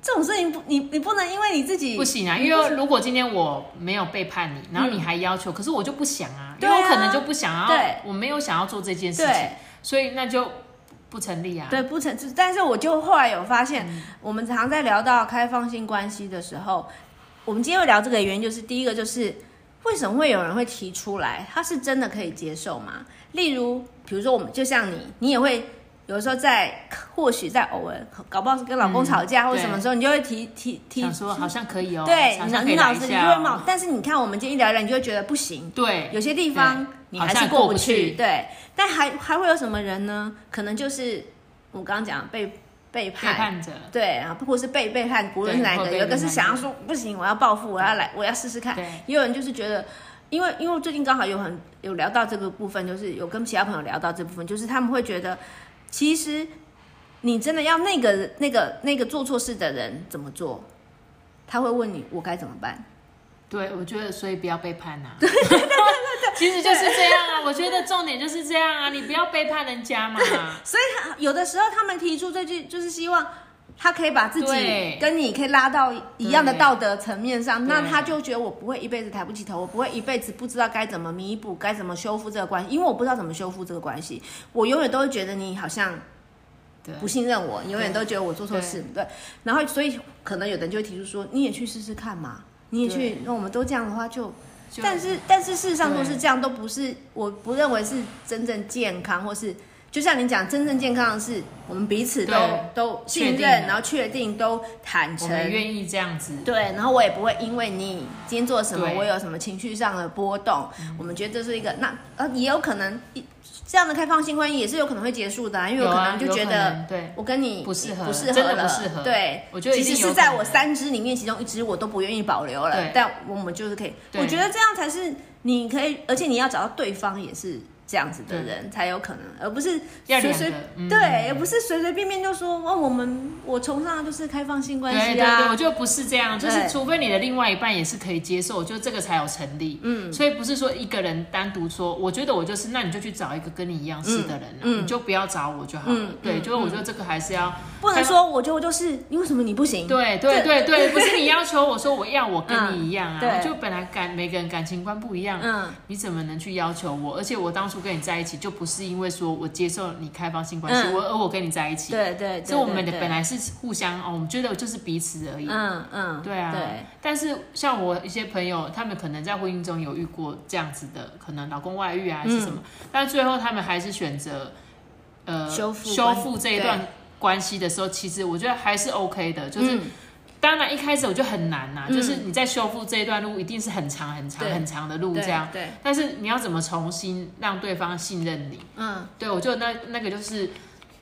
Speaker 2: 这种事情不，你你不能因为你自己
Speaker 3: 不行啊，因
Speaker 2: 嗯
Speaker 3: 为如果今天我没有背叛你，然后你还要求，可是我就不想啊，因
Speaker 2: 对啊
Speaker 3: 为我可能就不想要
Speaker 2: 对，
Speaker 3: 我没有想要做这件事情
Speaker 2: 对，
Speaker 3: 所以那就不成立啊。嗯
Speaker 2: 对不成，但是我就后来有发现，我们常在聊到开放性关系的时候，我们今天会聊这个原因，就是第一个就是为什么会有人会提出来，他是真的可以接受吗？例如，比如说我们就像你，你也会有时候在或许在偶尔，搞不好是跟老公吵架、或者什么时候，你就会提提提，
Speaker 3: 嗯想说好像可以哦，
Speaker 2: 对，
Speaker 3: 好
Speaker 2: 你
Speaker 3: 像
Speaker 2: 脑
Speaker 3: 可以
Speaker 2: 你
Speaker 3: 来
Speaker 2: 脑
Speaker 3: 一
Speaker 2: 子里就
Speaker 3: 下
Speaker 2: 会
Speaker 3: 哦
Speaker 2: 冒，但是你看我们今天一聊一聊，你就会觉得不行，
Speaker 3: 对，
Speaker 2: 有些地方
Speaker 3: 对
Speaker 2: 你
Speaker 3: 好
Speaker 2: 还
Speaker 3: 像
Speaker 2: 是过
Speaker 3: 过不
Speaker 2: 去，
Speaker 3: 去
Speaker 2: 对。但还还会有什么人呢？可能就是我刚刚讲被背
Speaker 3: 背
Speaker 2: 叛，
Speaker 3: 叛者，
Speaker 2: 对啊，或是被背叛，无论是
Speaker 3: 对
Speaker 2: 哪一
Speaker 3: 或
Speaker 2: 个，
Speaker 3: 被
Speaker 2: 有一个
Speaker 3: 背
Speaker 2: 是
Speaker 3: 叛
Speaker 2: 想要说不行，我要报复，我要来，我要试试看
Speaker 3: 对。
Speaker 2: 也有人就是觉得，因为因为最近刚好有很有聊到这个部分，就是有跟其他朋友聊到这部分，就是他们会觉得，其实你真的要那个那个那个做错事的人怎么做，他会问你我该怎么办。
Speaker 3: 对我觉得所以不要背叛呐、啊。对对对对，其实就是这样啊。我觉得重点就是这样啊，你不要背叛人家嘛。
Speaker 2: 所以他有的时候他们提出这句，就是希望他可以把自己
Speaker 3: 对
Speaker 2: 跟你可以拉到一样的
Speaker 3: 对
Speaker 2: 道德层面上，
Speaker 3: 对
Speaker 2: 那他就觉得我不会一辈子抬不起头，我不会一辈子不知道该怎么弥补，该怎么修复这个关系，因为我不知道怎么修复这个关系，我永远都会觉得你好像
Speaker 3: 对，
Speaker 2: 不信任我，你永远都觉得我做错事，对。然后所以可能有的人就会提出说，你也去试试看嘛，你也去
Speaker 3: 对，
Speaker 2: 那我们都这样的话就
Speaker 3: 就
Speaker 2: 但是但是事实上都是
Speaker 3: 对
Speaker 2: 这样，都不是，我不认为是真正健康，或是就像你讲，真正健康的是我们彼此都
Speaker 3: 对
Speaker 2: 都
Speaker 3: 确
Speaker 2: 信
Speaker 3: 定
Speaker 2: 任，
Speaker 3: 了
Speaker 2: 然后确定都坦
Speaker 3: 我
Speaker 2: 诚，
Speaker 3: 们愿意这样子。
Speaker 2: 对，然后我也不会因为你今天做什么，
Speaker 3: 嗯对嗯
Speaker 2: 我有什么情绪上的波动，我们觉得这是一个那呃也有可能一这样的开放性婚姻也是有可能会结束的、啊，因为
Speaker 3: 有
Speaker 2: 可
Speaker 3: 啊
Speaker 2: 能就
Speaker 3: 有
Speaker 2: 觉
Speaker 3: 可
Speaker 2: 得
Speaker 3: 能对
Speaker 2: 我跟你
Speaker 3: 不适合
Speaker 2: 不适合
Speaker 3: 真的
Speaker 2: 了，
Speaker 3: 不适合
Speaker 2: 对，
Speaker 3: 我觉得
Speaker 2: 即
Speaker 3: 一
Speaker 2: 使
Speaker 3: 定
Speaker 2: 是
Speaker 3: 有
Speaker 2: 在
Speaker 3: 可
Speaker 2: 我
Speaker 3: 能
Speaker 2: 三只里面，其中一只我都不愿意保留了
Speaker 3: 对，
Speaker 2: 但我们就是可以，
Speaker 3: 对
Speaker 2: 我觉得这样才是你可以，而且你要找到对方也是这样子的
Speaker 3: 对
Speaker 2: 人才有可能，而不是
Speaker 3: 要
Speaker 2: 随
Speaker 3: 两
Speaker 2: 随
Speaker 3: 个。嗯
Speaker 2: 对，也不是随随便便就说哦，我们我崇尚的就是开放性关系啊，
Speaker 3: 对对对，我觉得不是这样，就
Speaker 2: 对
Speaker 3: 是除非你的另外一半也是可以接受，我觉得这个才有成立。嗯，所以不是说一个人单独说，我觉得我就是，那你就去找一个跟你一样事的人、啊你就不要找我就好了。
Speaker 2: 嗯
Speaker 3: 对，就是我觉得这个还是要
Speaker 2: 不能说我觉得我就是，你为什么你不行？
Speaker 3: 对对对对，不是你要求我说我要我跟你一样啊，
Speaker 2: 嗯对
Speaker 3: 就本来感每个人感情观不一样，
Speaker 2: 嗯
Speaker 3: 你怎么能去要求我？而且我当初跟你在一起，就不是因为说我接受你开放性关系，
Speaker 2: 嗯
Speaker 3: 我而我跟你在一起，
Speaker 2: 对对对，
Speaker 3: 所以我们的
Speaker 2: 对
Speaker 3: 本，来是互相哦，我们觉得就是彼此而已。
Speaker 2: 嗯嗯，
Speaker 3: 对啊，
Speaker 2: 对，
Speaker 3: 但是像我一些朋友，他们可能在婚姻中有遇过这样子的，可能老公外遇啊还是什么，但最后他们还是选择呃
Speaker 2: 嗯修复
Speaker 3: 修复这一
Speaker 2: 对
Speaker 3: 段关系的时候，其实我觉得还是 OK 的，就是
Speaker 2: 嗯
Speaker 3: 当然一开始我就很难呐、就是你在修复这一段路，一定是很长很长
Speaker 2: 对
Speaker 3: 很长的路
Speaker 2: 对
Speaker 3: 这样。
Speaker 2: 对，
Speaker 3: 但是你要怎么重新让对方信任你？
Speaker 2: 嗯，
Speaker 3: 对我就那那个就是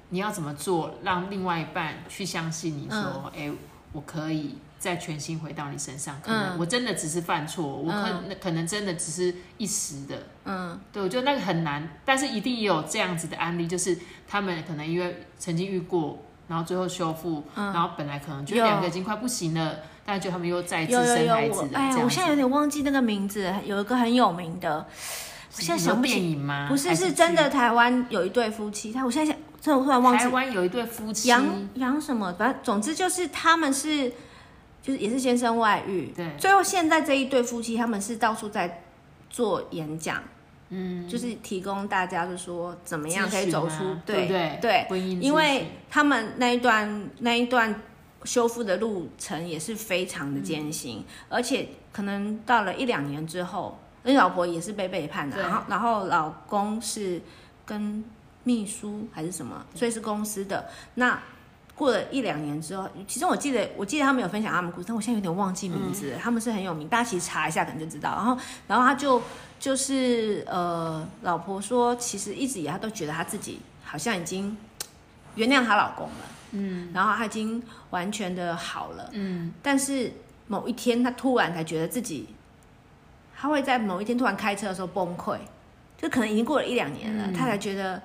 Speaker 3: 你要怎么做，让另外一半去相信你
Speaker 2: 嗯
Speaker 3: 说，哎、我可以再全心回到你身上。可能
Speaker 2: 嗯
Speaker 3: 我真的只是犯错，我可、可能真的只是一时的。嗯，对，我觉得那个很难，但是一定也有这样子的案例，就是他们可能因为曾经遇过。然后最后修复，
Speaker 2: 嗯
Speaker 3: 然后本来可能觉得
Speaker 2: 有
Speaker 3: 两个已经快不行了，但就他们又再次
Speaker 2: 有有
Speaker 3: 生孩
Speaker 2: 有，
Speaker 3: 子
Speaker 2: 我
Speaker 3: 了，这
Speaker 2: 哎
Speaker 3: 样
Speaker 2: 呀，
Speaker 3: 子。
Speaker 2: 我现在有点忘记那个名字，有一个很有名的，我现在
Speaker 3: 是你说
Speaker 2: 想不起
Speaker 3: 电影吗？
Speaker 2: 不是
Speaker 3: 还
Speaker 2: 是
Speaker 3: 是
Speaker 2: 真的台湾有一对夫妻，他我现在想，真的突然啊忘记
Speaker 3: 台湾有一对夫妻，
Speaker 2: 杨杨什么，反正总之就是他们是，就是也是先生外遇，
Speaker 3: 对
Speaker 2: 最后现在这一对夫妻他们是到处在做演讲，嗯，就是提供大家就说怎么样可以走
Speaker 3: 咨
Speaker 2: 出
Speaker 3: 询啊
Speaker 2: 对
Speaker 3: 对不对
Speaker 2: 对，
Speaker 3: 婚姻咨询
Speaker 2: 因为他们那一段那一段修复的路程也是非常的艰辛，而且可能到了一两年之后，那老婆也是被背叛的，
Speaker 3: 对
Speaker 2: 然后然后老公是跟秘书还是什么，所以是公司的。那过了一两年之后，其实我记得我记得他们有分享他们故事，但我现在有点忘记名字了，他们是很有名，大家其实查一下可能就知道。然后然后他就就是呃，老婆说，其实一直以来她都觉得她自己好像已经原谅她老公了，嗯，然后她已经完全的好了，嗯，但是某一天她突然才觉得自己，她会在某一天突然开车的时候崩溃，就可能已经过了一两年了，她才觉得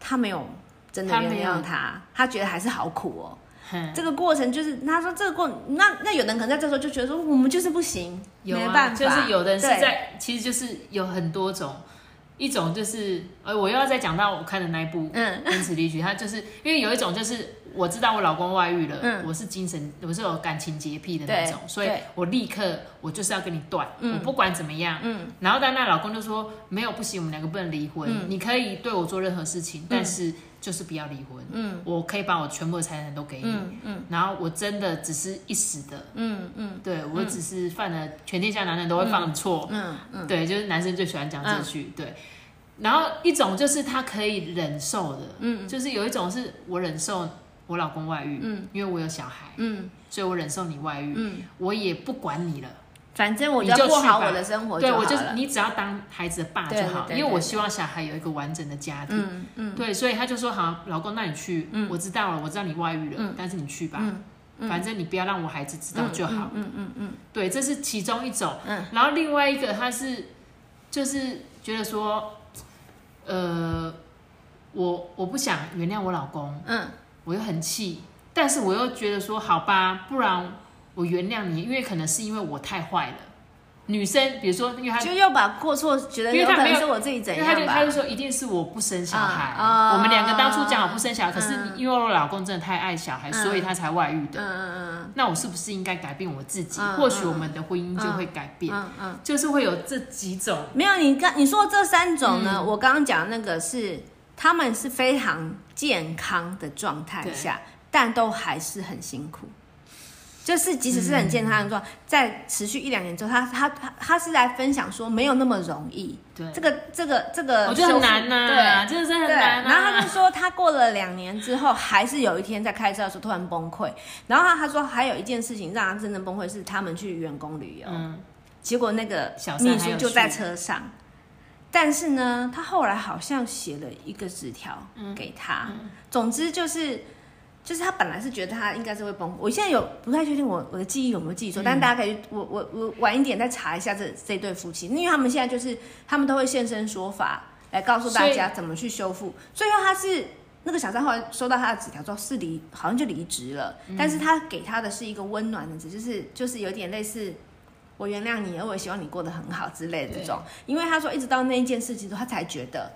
Speaker 2: 她没有真的
Speaker 3: 嗯她没
Speaker 2: 原谅
Speaker 3: 有
Speaker 2: 他，她觉得还是好苦哦。
Speaker 3: 嗯
Speaker 2: 这个过程就是，她说这个过，那那有的人可能在这时候就觉得说，我们就是不行，
Speaker 3: 有
Speaker 2: 没
Speaker 3: 啊，
Speaker 2: 办法，
Speaker 3: 就是有的人是
Speaker 2: 对
Speaker 3: 在，其实就是有很多种，一种就是，呃，我又要再讲到我看的那一部
Speaker 2: 嗯
Speaker 3: 《奔驰离曲》，它就是因为有一种就是我知道我老公外遇了，
Speaker 2: 嗯
Speaker 3: 我是精神我是有感情洁癖的那种
Speaker 2: 对，
Speaker 3: 所以
Speaker 2: 对
Speaker 3: 我立刻我就是要跟你断，我不管怎么样，
Speaker 2: 嗯
Speaker 3: 然后但那老公就说没有不行，我们两个不能离婚，
Speaker 2: 嗯
Speaker 3: 你可以对我做任何事情，但是就是不要离婚，嗯，我可以把我全部的财产都给你，
Speaker 2: 嗯嗯
Speaker 3: 然后我真的只是一时的，
Speaker 2: 嗯嗯
Speaker 3: 对我只是犯了全天下男人都会犯的错，
Speaker 2: 嗯嗯，
Speaker 3: 对，就是男生最喜欢讲这句，对。然后一种就是他可以忍受的，嗯，就是有一种是我忍受我老公外遇，嗯，因为我有小孩，
Speaker 2: 嗯
Speaker 3: 所以我忍受你外遇，嗯，我也不管你了，
Speaker 2: 反正我
Speaker 3: 你
Speaker 2: 就
Speaker 3: 就
Speaker 2: 过
Speaker 3: 去
Speaker 2: 好
Speaker 3: 吧
Speaker 2: 我的生活
Speaker 3: 对
Speaker 2: 好
Speaker 3: 我就是
Speaker 2: 了。
Speaker 3: 你只要当孩子的爸就
Speaker 2: 对
Speaker 3: 好，
Speaker 2: 对对
Speaker 3: 因为我
Speaker 2: 对
Speaker 3: 希望小孩有一个完整的家庭，
Speaker 2: 嗯嗯
Speaker 3: 对，所以他就说好，老公，那你去，我知道了，我知道你外遇了，
Speaker 2: 嗯
Speaker 3: 但是你去吧，反正你不要让我孩子知道就好，嗯嗯嗯对，这是其中一种，
Speaker 2: 嗯
Speaker 3: 然后另外一个他是就是觉得说，呃，我我不想原谅我老公，
Speaker 2: 嗯，
Speaker 3: 我又很气，但是我又觉得说，好吧，不然我原谅你，因为可能是因为我太坏了，女生比如说，因为她
Speaker 2: 就又把过错觉得
Speaker 3: 因为
Speaker 2: 有
Speaker 3: 他
Speaker 2: 可
Speaker 3: 没
Speaker 2: 能
Speaker 3: 有
Speaker 2: 是我自己怎
Speaker 3: 因为他就
Speaker 2: 样
Speaker 3: 他就
Speaker 2: 吧。
Speaker 3: 说一定是我不生小孩，
Speaker 2: 啊啊
Speaker 3: 我们两个当初讲好不生小孩，可是
Speaker 2: 嗯
Speaker 3: 因为我老公真的太爱小孩，
Speaker 2: 嗯
Speaker 3: 所以他才外遇
Speaker 2: 嗯
Speaker 3: 的。
Speaker 2: 嗯
Speaker 3: 那我是不是应该改变我自己？
Speaker 2: 嗯
Speaker 3: 或许我们的婚姻就会改
Speaker 2: 嗯
Speaker 3: 变，
Speaker 2: 嗯嗯，
Speaker 3: 就是会有这几种。
Speaker 2: 没有你刚你说这三种
Speaker 3: 嗯
Speaker 2: 呢，我刚刚讲那个是他们是非常健康的状态下，但都还是很辛苦。就是即使是很健康的状
Speaker 3: 嗯
Speaker 2: 态，在持续一两年之后，他他他他是来分享说没有那么容易，
Speaker 3: 对，
Speaker 2: 这个这个这个
Speaker 3: 我觉得
Speaker 2: 修复
Speaker 3: 很难啊
Speaker 2: 对
Speaker 3: 呐、，这个真的
Speaker 2: 对，
Speaker 3: 很难啊
Speaker 2: 然后他
Speaker 3: 呐、
Speaker 2: 就说，他过了两年之后，还是有一天在开车的时候突然崩溃。然后他他说，还有一件事情让他真正崩溃，是他们去员工旅游，
Speaker 3: 嗯，
Speaker 2: 结果那个
Speaker 3: 小三
Speaker 2: 秘
Speaker 3: 还
Speaker 2: 书
Speaker 3: 有
Speaker 2: 就在
Speaker 3: 去
Speaker 2: 车上。但是呢，他后来好像写了一个纸条
Speaker 3: 嗯
Speaker 2: 给他，总之就是。就是他本来是觉得他应该是会崩溃，我现在有不太确定我我的记忆有没有记错，但大家可以我我我晚一点再查一下这这对夫妻，因为他们现在就是他们都会现身说法来告诉大家怎么去修复。最后他是那个小三后来收到他的纸条之后是离，好像就离职了，但是他给他的是一个温暖的纸，就是就是有点类似。我原谅你，而我也希望你过得很好之类的这种，因为他说一直到那一件事情之后，他才觉得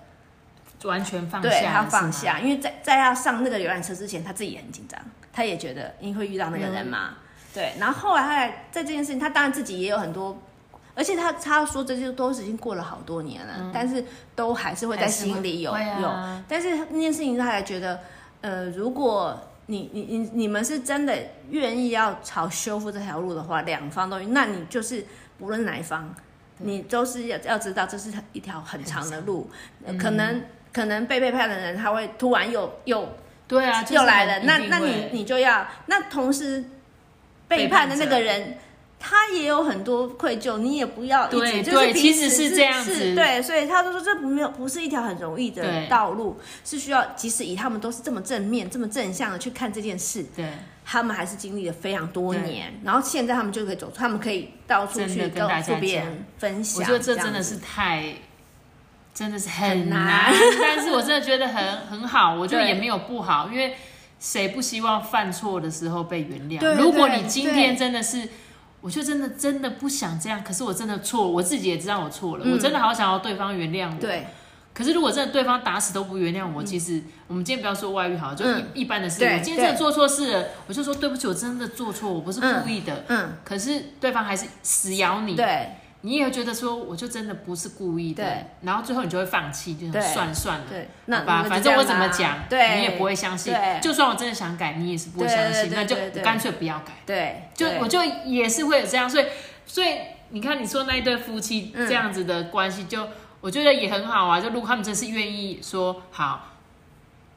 Speaker 3: 完全放下，
Speaker 2: 对他
Speaker 3: 是吗
Speaker 2: 放下，，因为在在他上那个游览车之前，他自己也很紧张，他也觉得你会遇到那个人嘛。
Speaker 3: 嗯
Speaker 2: 对，然后后来他来在这件事情，他当然自己也有很多，而且他他说这些都是已经过了好多年了，但是都还是会在
Speaker 3: 嗯还是会
Speaker 2: 心里有、
Speaker 3: 会啊
Speaker 2: 有，但是那件事情他还觉得，呃，如果你你你你们是真的愿意要朝修复这条路的话，两方都，那你就是无论哪一方，你都是要要知道这是一条很长的路，呃可能可能被背叛的人他会突然又又
Speaker 3: 对啊，就是
Speaker 2: 又来了，
Speaker 3: 很一
Speaker 2: 那
Speaker 3: 定
Speaker 2: 那你
Speaker 3: 会
Speaker 2: 你就要那同时背叛的那个
Speaker 3: 背叛
Speaker 2: 人，他也有很多愧疚，你也不要一
Speaker 3: 对
Speaker 2: 直就是
Speaker 3: 对
Speaker 2: 彼
Speaker 3: 其
Speaker 2: 此
Speaker 3: 实是
Speaker 2: 是
Speaker 3: 这样子
Speaker 2: 对，所以他就说这没有不是一条很容易的
Speaker 3: 对
Speaker 2: 道路，是需要即使以他们都是这么正面、这么正向的去看这件事，
Speaker 3: 对，
Speaker 2: 他们还是经历了非常多
Speaker 3: 对
Speaker 2: 年，然后现在他们就可以走出，他们可以到处
Speaker 3: 真的
Speaker 2: 去
Speaker 3: 跟大家
Speaker 2: 跟别
Speaker 3: 讲
Speaker 2: 人分享。
Speaker 3: 我觉得这真
Speaker 2: 样
Speaker 3: 的
Speaker 2: 子
Speaker 3: 是太，真的是很
Speaker 2: 难
Speaker 3: 难， 但是我真的觉得很很好，我觉得
Speaker 2: 对
Speaker 3: 也没有不好，因为谁不希望犯错的时候被原谅？
Speaker 2: 对
Speaker 3: 如果
Speaker 2: 对
Speaker 3: 你今天真的是。我就真的真的不想这样，可是我真的错了，我自己也知道我错了，
Speaker 2: 嗯
Speaker 3: 我真的好想要对方原谅我。
Speaker 2: 对
Speaker 3: 可是如果真的对方打死都不原谅我，其实我们今天不要说外遇好了，就
Speaker 2: 嗯
Speaker 3: 一一般的事情。
Speaker 2: 对
Speaker 3: 我今天真的
Speaker 2: 对
Speaker 3: 做错事了，我就说对不起，我真的做错，我不是故意的。
Speaker 2: 嗯，
Speaker 3: 可是对方还是死咬你，
Speaker 2: 对
Speaker 3: 你也会觉得说我就真的不是故意的
Speaker 2: 对，
Speaker 3: 然后最后你就会放弃，就
Speaker 2: 对
Speaker 3: 想算算了。
Speaker 2: 对，
Speaker 3: 好
Speaker 2: 那
Speaker 3: 吧，
Speaker 2: 那就
Speaker 3: 反
Speaker 2: 这
Speaker 3: 正
Speaker 2: 样
Speaker 3: 我怎么
Speaker 2: 吧
Speaker 3: 讲，
Speaker 2: 对
Speaker 3: 你也不会相信
Speaker 2: 对。
Speaker 3: 就算我真的想改，你也是不会
Speaker 2: 对
Speaker 3: 相信，
Speaker 2: 对
Speaker 3: 那就
Speaker 2: 对对对
Speaker 3: 干脆不要改。
Speaker 2: 对，
Speaker 3: 就
Speaker 2: 对
Speaker 3: 我就也是会有这样，所以所以你看，你说那一对夫妻
Speaker 2: 嗯
Speaker 3: 这样子的关系，就我觉得也很好啊。就如果他们真是愿意说好，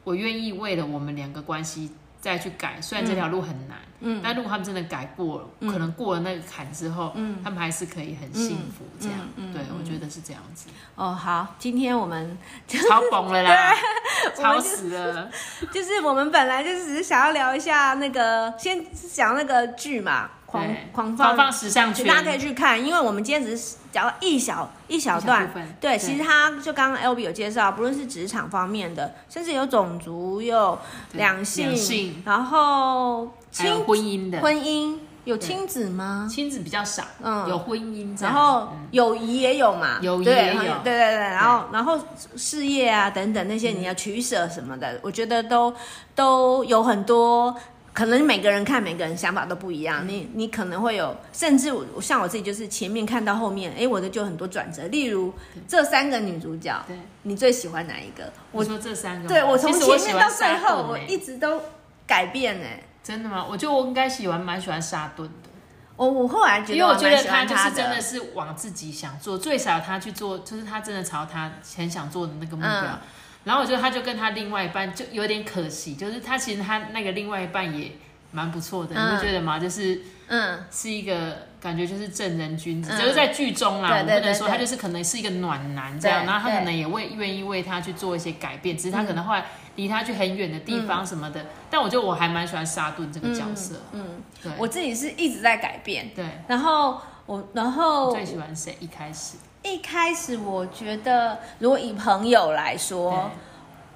Speaker 3: 我愿意为了我们两个关系再去改，虽然这条路很难，嗯，但如果他们真的改过了，
Speaker 2: 嗯
Speaker 3: 可能过了那个坎之后，嗯，他们还是可以很幸福这样。
Speaker 2: 嗯
Speaker 3: 对，我觉得是这样子，
Speaker 2: 哦，好，今天我们
Speaker 3: 超崩了啦，
Speaker 2: 我们
Speaker 3: 超
Speaker 2: 就
Speaker 3: 死了，
Speaker 2: 就是我们本来就只是想要聊一下那个，先讲那个剧嘛，狂
Speaker 3: 对
Speaker 2: 狂
Speaker 3: 放
Speaker 2: 放，
Speaker 3: 放时尚圈，
Speaker 2: 大家可以去看，因为我们今天只是讲到一小一小
Speaker 3: 一小
Speaker 2: 段
Speaker 3: 部分，对
Speaker 2: 对，其实他就刚刚 L B 有介绍，不论是职场方面的，甚至有种族，有
Speaker 3: 对
Speaker 2: 两
Speaker 3: 两性，
Speaker 2: 然后
Speaker 3: 还
Speaker 2: 亲
Speaker 3: 有婚姻的
Speaker 2: 婚姻有亲子吗？
Speaker 3: 亲子比较少，
Speaker 2: 嗯
Speaker 3: 有婚姻这
Speaker 2: 然
Speaker 3: 样，
Speaker 2: 后
Speaker 3: 嗯
Speaker 2: 友谊也有嘛，
Speaker 3: 友谊
Speaker 2: 对
Speaker 3: 也有
Speaker 2: 对对对，然后然后事业啊等等那些你要取舍什么
Speaker 3: 嗯
Speaker 2: 的，我觉得都都有很多。可能每个人看每个人想法都不一样，
Speaker 3: 嗯
Speaker 2: 你你可能会有，甚至我我像我自己就是前面看到后面，哎，我的就很多转折。例如这三个女主角，
Speaker 3: 对。
Speaker 2: 你最喜欢哪一个？
Speaker 3: 我
Speaker 2: 我
Speaker 3: 说这三个吗，
Speaker 2: 对我从
Speaker 3: 其实
Speaker 2: 前
Speaker 3: 喜
Speaker 2: 面
Speaker 3: 欢
Speaker 2: 到最
Speaker 3: 沙
Speaker 2: 后，
Speaker 3: 顿
Speaker 2: 我
Speaker 3: 欸
Speaker 2: 一直都改变哎、
Speaker 3: 真的吗？我觉得我应该喜欢蛮喜欢沙顿的，
Speaker 2: 我我后来觉
Speaker 3: 因为
Speaker 2: 得
Speaker 3: 我
Speaker 2: 我
Speaker 3: 觉
Speaker 2: 蛮
Speaker 3: 得
Speaker 2: 喜欢
Speaker 3: 就
Speaker 2: 她
Speaker 3: 是真的是往自己想做，最少他去做，就是他真的朝他很想做的那个目标。
Speaker 2: 嗯
Speaker 3: 然后我觉得他就跟他另外一半就有点可惜，就是他其实他那个另外一半也蛮不错的，
Speaker 2: 嗯
Speaker 3: 你不觉得吗？就是
Speaker 2: 嗯
Speaker 3: 是一个感觉就是正人君子，
Speaker 2: 嗯
Speaker 3: 就是在剧中啦，
Speaker 2: 对
Speaker 3: 我
Speaker 2: 对
Speaker 3: 们不能
Speaker 2: 对
Speaker 3: 说
Speaker 2: 对
Speaker 3: 他就是可能是一个暖男这样，
Speaker 2: 对
Speaker 3: 然后他可
Speaker 2: 对嗯
Speaker 3: 能也会愿意为他去做一些改变，只是他可能后来离他去很远的地方什么的。但我觉得我还蛮喜欢沙顿这个角色，
Speaker 2: 嗯，
Speaker 3: 对，
Speaker 2: 我自己是一直在改变，
Speaker 3: 对。
Speaker 2: 然后我，然
Speaker 3: 你
Speaker 2: 后
Speaker 3: 最喜欢谁？一开始，
Speaker 2: 一开始我觉得，如果以朋友来说
Speaker 3: 对，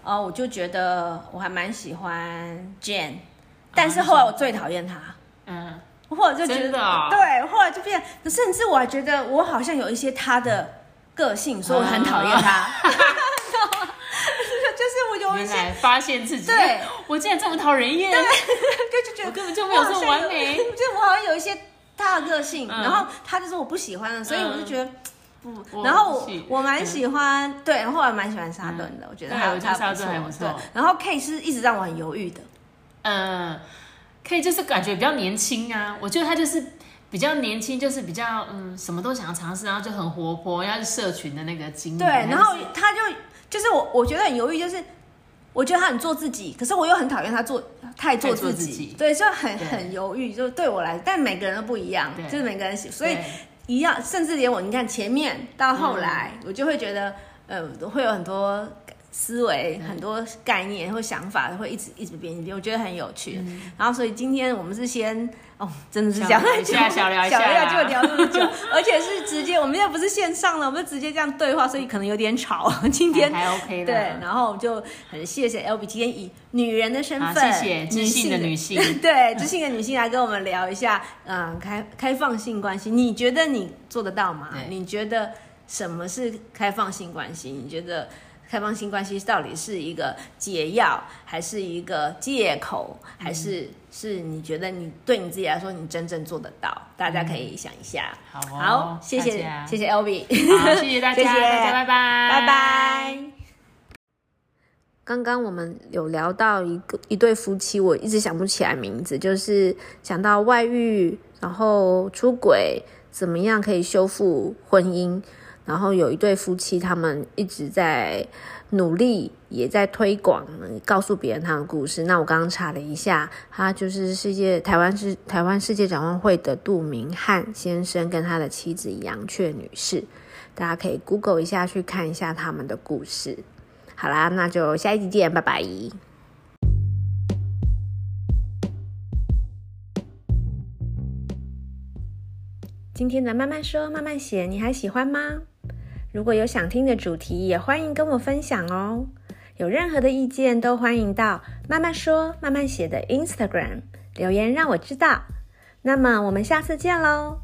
Speaker 2: 呃，我就觉得我还蛮喜欢 Jane，但
Speaker 3: 啊
Speaker 2: 是后来我最讨厌他。
Speaker 3: 嗯，
Speaker 2: 我后来就觉
Speaker 3: 真
Speaker 2: 得，
Speaker 3: 的哦
Speaker 2: 对，我后来就变，甚至我还觉得我好像有一些他
Speaker 3: 嗯
Speaker 2: 的个性，所以我很讨厌
Speaker 3: 啊
Speaker 2: 他。 就是我有一
Speaker 3: 原
Speaker 2: 些，
Speaker 3: 来发现自己，
Speaker 2: 对，
Speaker 3: 我竟然这么讨人 厌，
Speaker 2: 就就觉得
Speaker 3: 我根本就没有这么完
Speaker 2: 我好像
Speaker 3: 美
Speaker 2: 有 就我好像有一些他的个性，
Speaker 3: 嗯
Speaker 2: 然后他就是我不喜欢的，所以
Speaker 3: 嗯
Speaker 2: 我就觉得。
Speaker 3: 我
Speaker 2: 不，然后我
Speaker 3: 不喜
Speaker 2: 我蛮喜欢，对，然后我还蛮喜欢沙顿的，我觉得
Speaker 3: 嗯对
Speaker 2: 他
Speaker 3: 我觉得
Speaker 2: 他
Speaker 3: 沙顿还不错
Speaker 2: 对然后 K 是一直让我很犹豫的，
Speaker 3: 嗯，可以，就是感觉比较年轻啊。我觉得他就是比较年轻，就是比较嗯，什么都想尝试，然后就很活泼，然后是社群的那个经理。
Speaker 2: 对，然后他就就是我我觉得很犹豫，就是我觉得他很做自己，可是我又很讨厌他做太做
Speaker 3: 太做
Speaker 2: 自
Speaker 3: 自
Speaker 2: 己
Speaker 3: 己，
Speaker 2: 对，就很
Speaker 3: 对
Speaker 2: 很犹豫，就对我来，但每个人都不一样
Speaker 3: 对，
Speaker 2: 就是每个人喜，所
Speaker 3: 对
Speaker 2: 以一样，甚至连我，你看前面到后来，
Speaker 3: 嗯
Speaker 2: 我就会觉得，呃，会有很多思维、很多概念或想法会一直一直变一直变，我觉得很有趣。然后，所以今天我们是先哦，真的是
Speaker 3: 嗯小
Speaker 2: 讲
Speaker 3: 聊一下小聊一下
Speaker 2: 小聊
Speaker 3: 啦
Speaker 2: 就聊那么久，而且是直接，我们现在不是线上了，我们是直接这样对话，所以可能有点 吵。今天
Speaker 3: 还还 OK 的。
Speaker 2: 对，然后我就很谢谢 L B 今天以女人的身
Speaker 3: 好
Speaker 2: 份，
Speaker 3: 谢谢知性的女性
Speaker 2: 对知性的女性来跟我们聊一下，嗯，开开放性关系，你觉得你做得到吗
Speaker 3: 对？
Speaker 2: 你觉得什么是开放性关系？你觉得？开放性关系到底是一个解药，还是一个借口，还是是你觉得你对你自己来说你真正做得到？大家可以想一下。
Speaker 3: 好哦
Speaker 2: 好，谢谢
Speaker 3: 大家
Speaker 2: 谢谢 L B，
Speaker 3: 好，谢谢大 家，
Speaker 2: 谢谢
Speaker 3: 大家拜拜，
Speaker 2: 拜拜。刚刚我们有聊到一个一对夫妻，我一直想不起来名字，就是想到外遇，然后出轨，怎么样可以修复婚姻？然后有一对夫妻，他们一直在努力，也在推广，嗯告诉别人他的故事。那我刚刚查了一下，他就是世界台湾世台湾世界展望会的杜明翰先生跟他的妻子杨雀女士，大家可以 Google 一下去看一下他们的故事。好啦，那就下一集见，拜拜。今天的慢慢说慢慢写，你还喜欢吗？如果有想听的主题，也欢迎跟我分享哦。有任何的意见都欢迎到慢慢说慢慢写的 Instagram 留言让我知道。那么我们下次见喽，